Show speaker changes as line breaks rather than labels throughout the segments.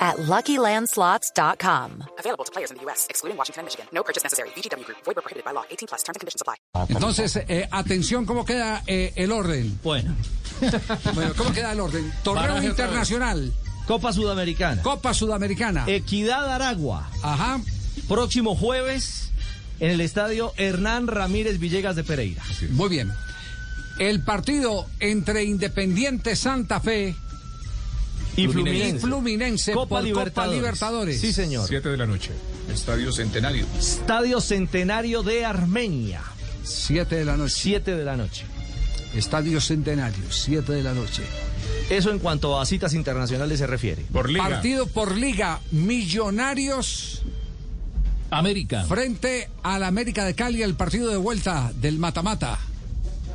at LuckyLandSlots.com.
Available to players in the U.S., excluding Washington and Michigan. No purchase necessary. VGW Group. Void where prohibited by law. 18 plus. Terms and conditions apply.
Entonces, eh, atención, ¿cómo queda eh, el orden?
Bueno,
Bueno, ¿cómo queda el orden? Torneo
Baraje otra
Internacional,
Copa Sudamericana.
Copa Sudamericana.
Eh.
Equidad Aragua.
Ajá.
Próximo jueves en el estadio Hernán Ramírez Villegas de Pereira.
Muy bien. El partido entre Independiente Santa Fe
Y
y
Fluminense.
Fluminense
Copa
por Copa
Libertadores.
Libertadores.
Sí, señor.
7 de la noche, Estadio Centenario.
Estadio Centenario de Armenia.
Siete de la noche.
7 de la noche.
Estadio Centenario, siete de la noche.
Eso en cuanto a citas internacionales se refiere.
Por Liga.
Partido por Liga Millonarios
América.
frente al América de Cali, el partido de vuelta del Matamata.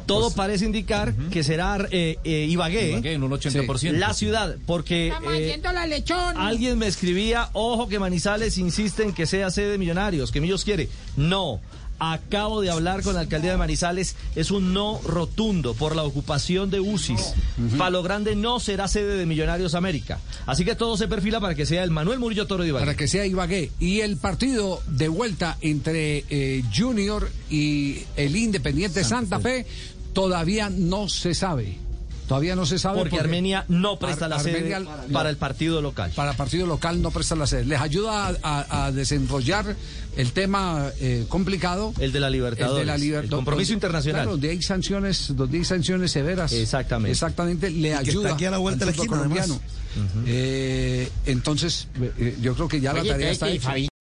Todo
Pues,
parece indicar que será eh, eh, Ibagué,
Ibagué en un 80%.
la ciudad, porque eh,
la lechón.
Alguien me escribía, ojo que Manizales insiste en que sea sede de Millonarios, que Millos quiere. No, acabo de hablar con la alcaldía de Manizales, es un no rotundo por la ocupación de UCIS. Palo Grande no será sede de Millonarios América. Así que todo se perfila para que sea el Manuel Murillo Toro de Ibagué.
para que sea Ibagué. Y el partido de vuelta entre eh, Junior y el Independiente Santa, Fe. todavía no se sabe. Todavía no se sabe.
Porque Armenia no presta
Ar-
la sede
Armenia-
para el partido local.
para partido local no presta la sede. Les ayuda a, a- a desenrollar el tema eh, complicado.
El de la Libertadores,
El de la Libertadores.
el compromiso internacional.
Claro, donde hay sanciones, donde hay sanciones severas.
Exactamente.
Exactamente, le ayuda
está aquí a la vuelta
al
de la
fútbol
esquina,
colombiano. Eh, entonces, eh, yo creo que ya la tarea está hecha.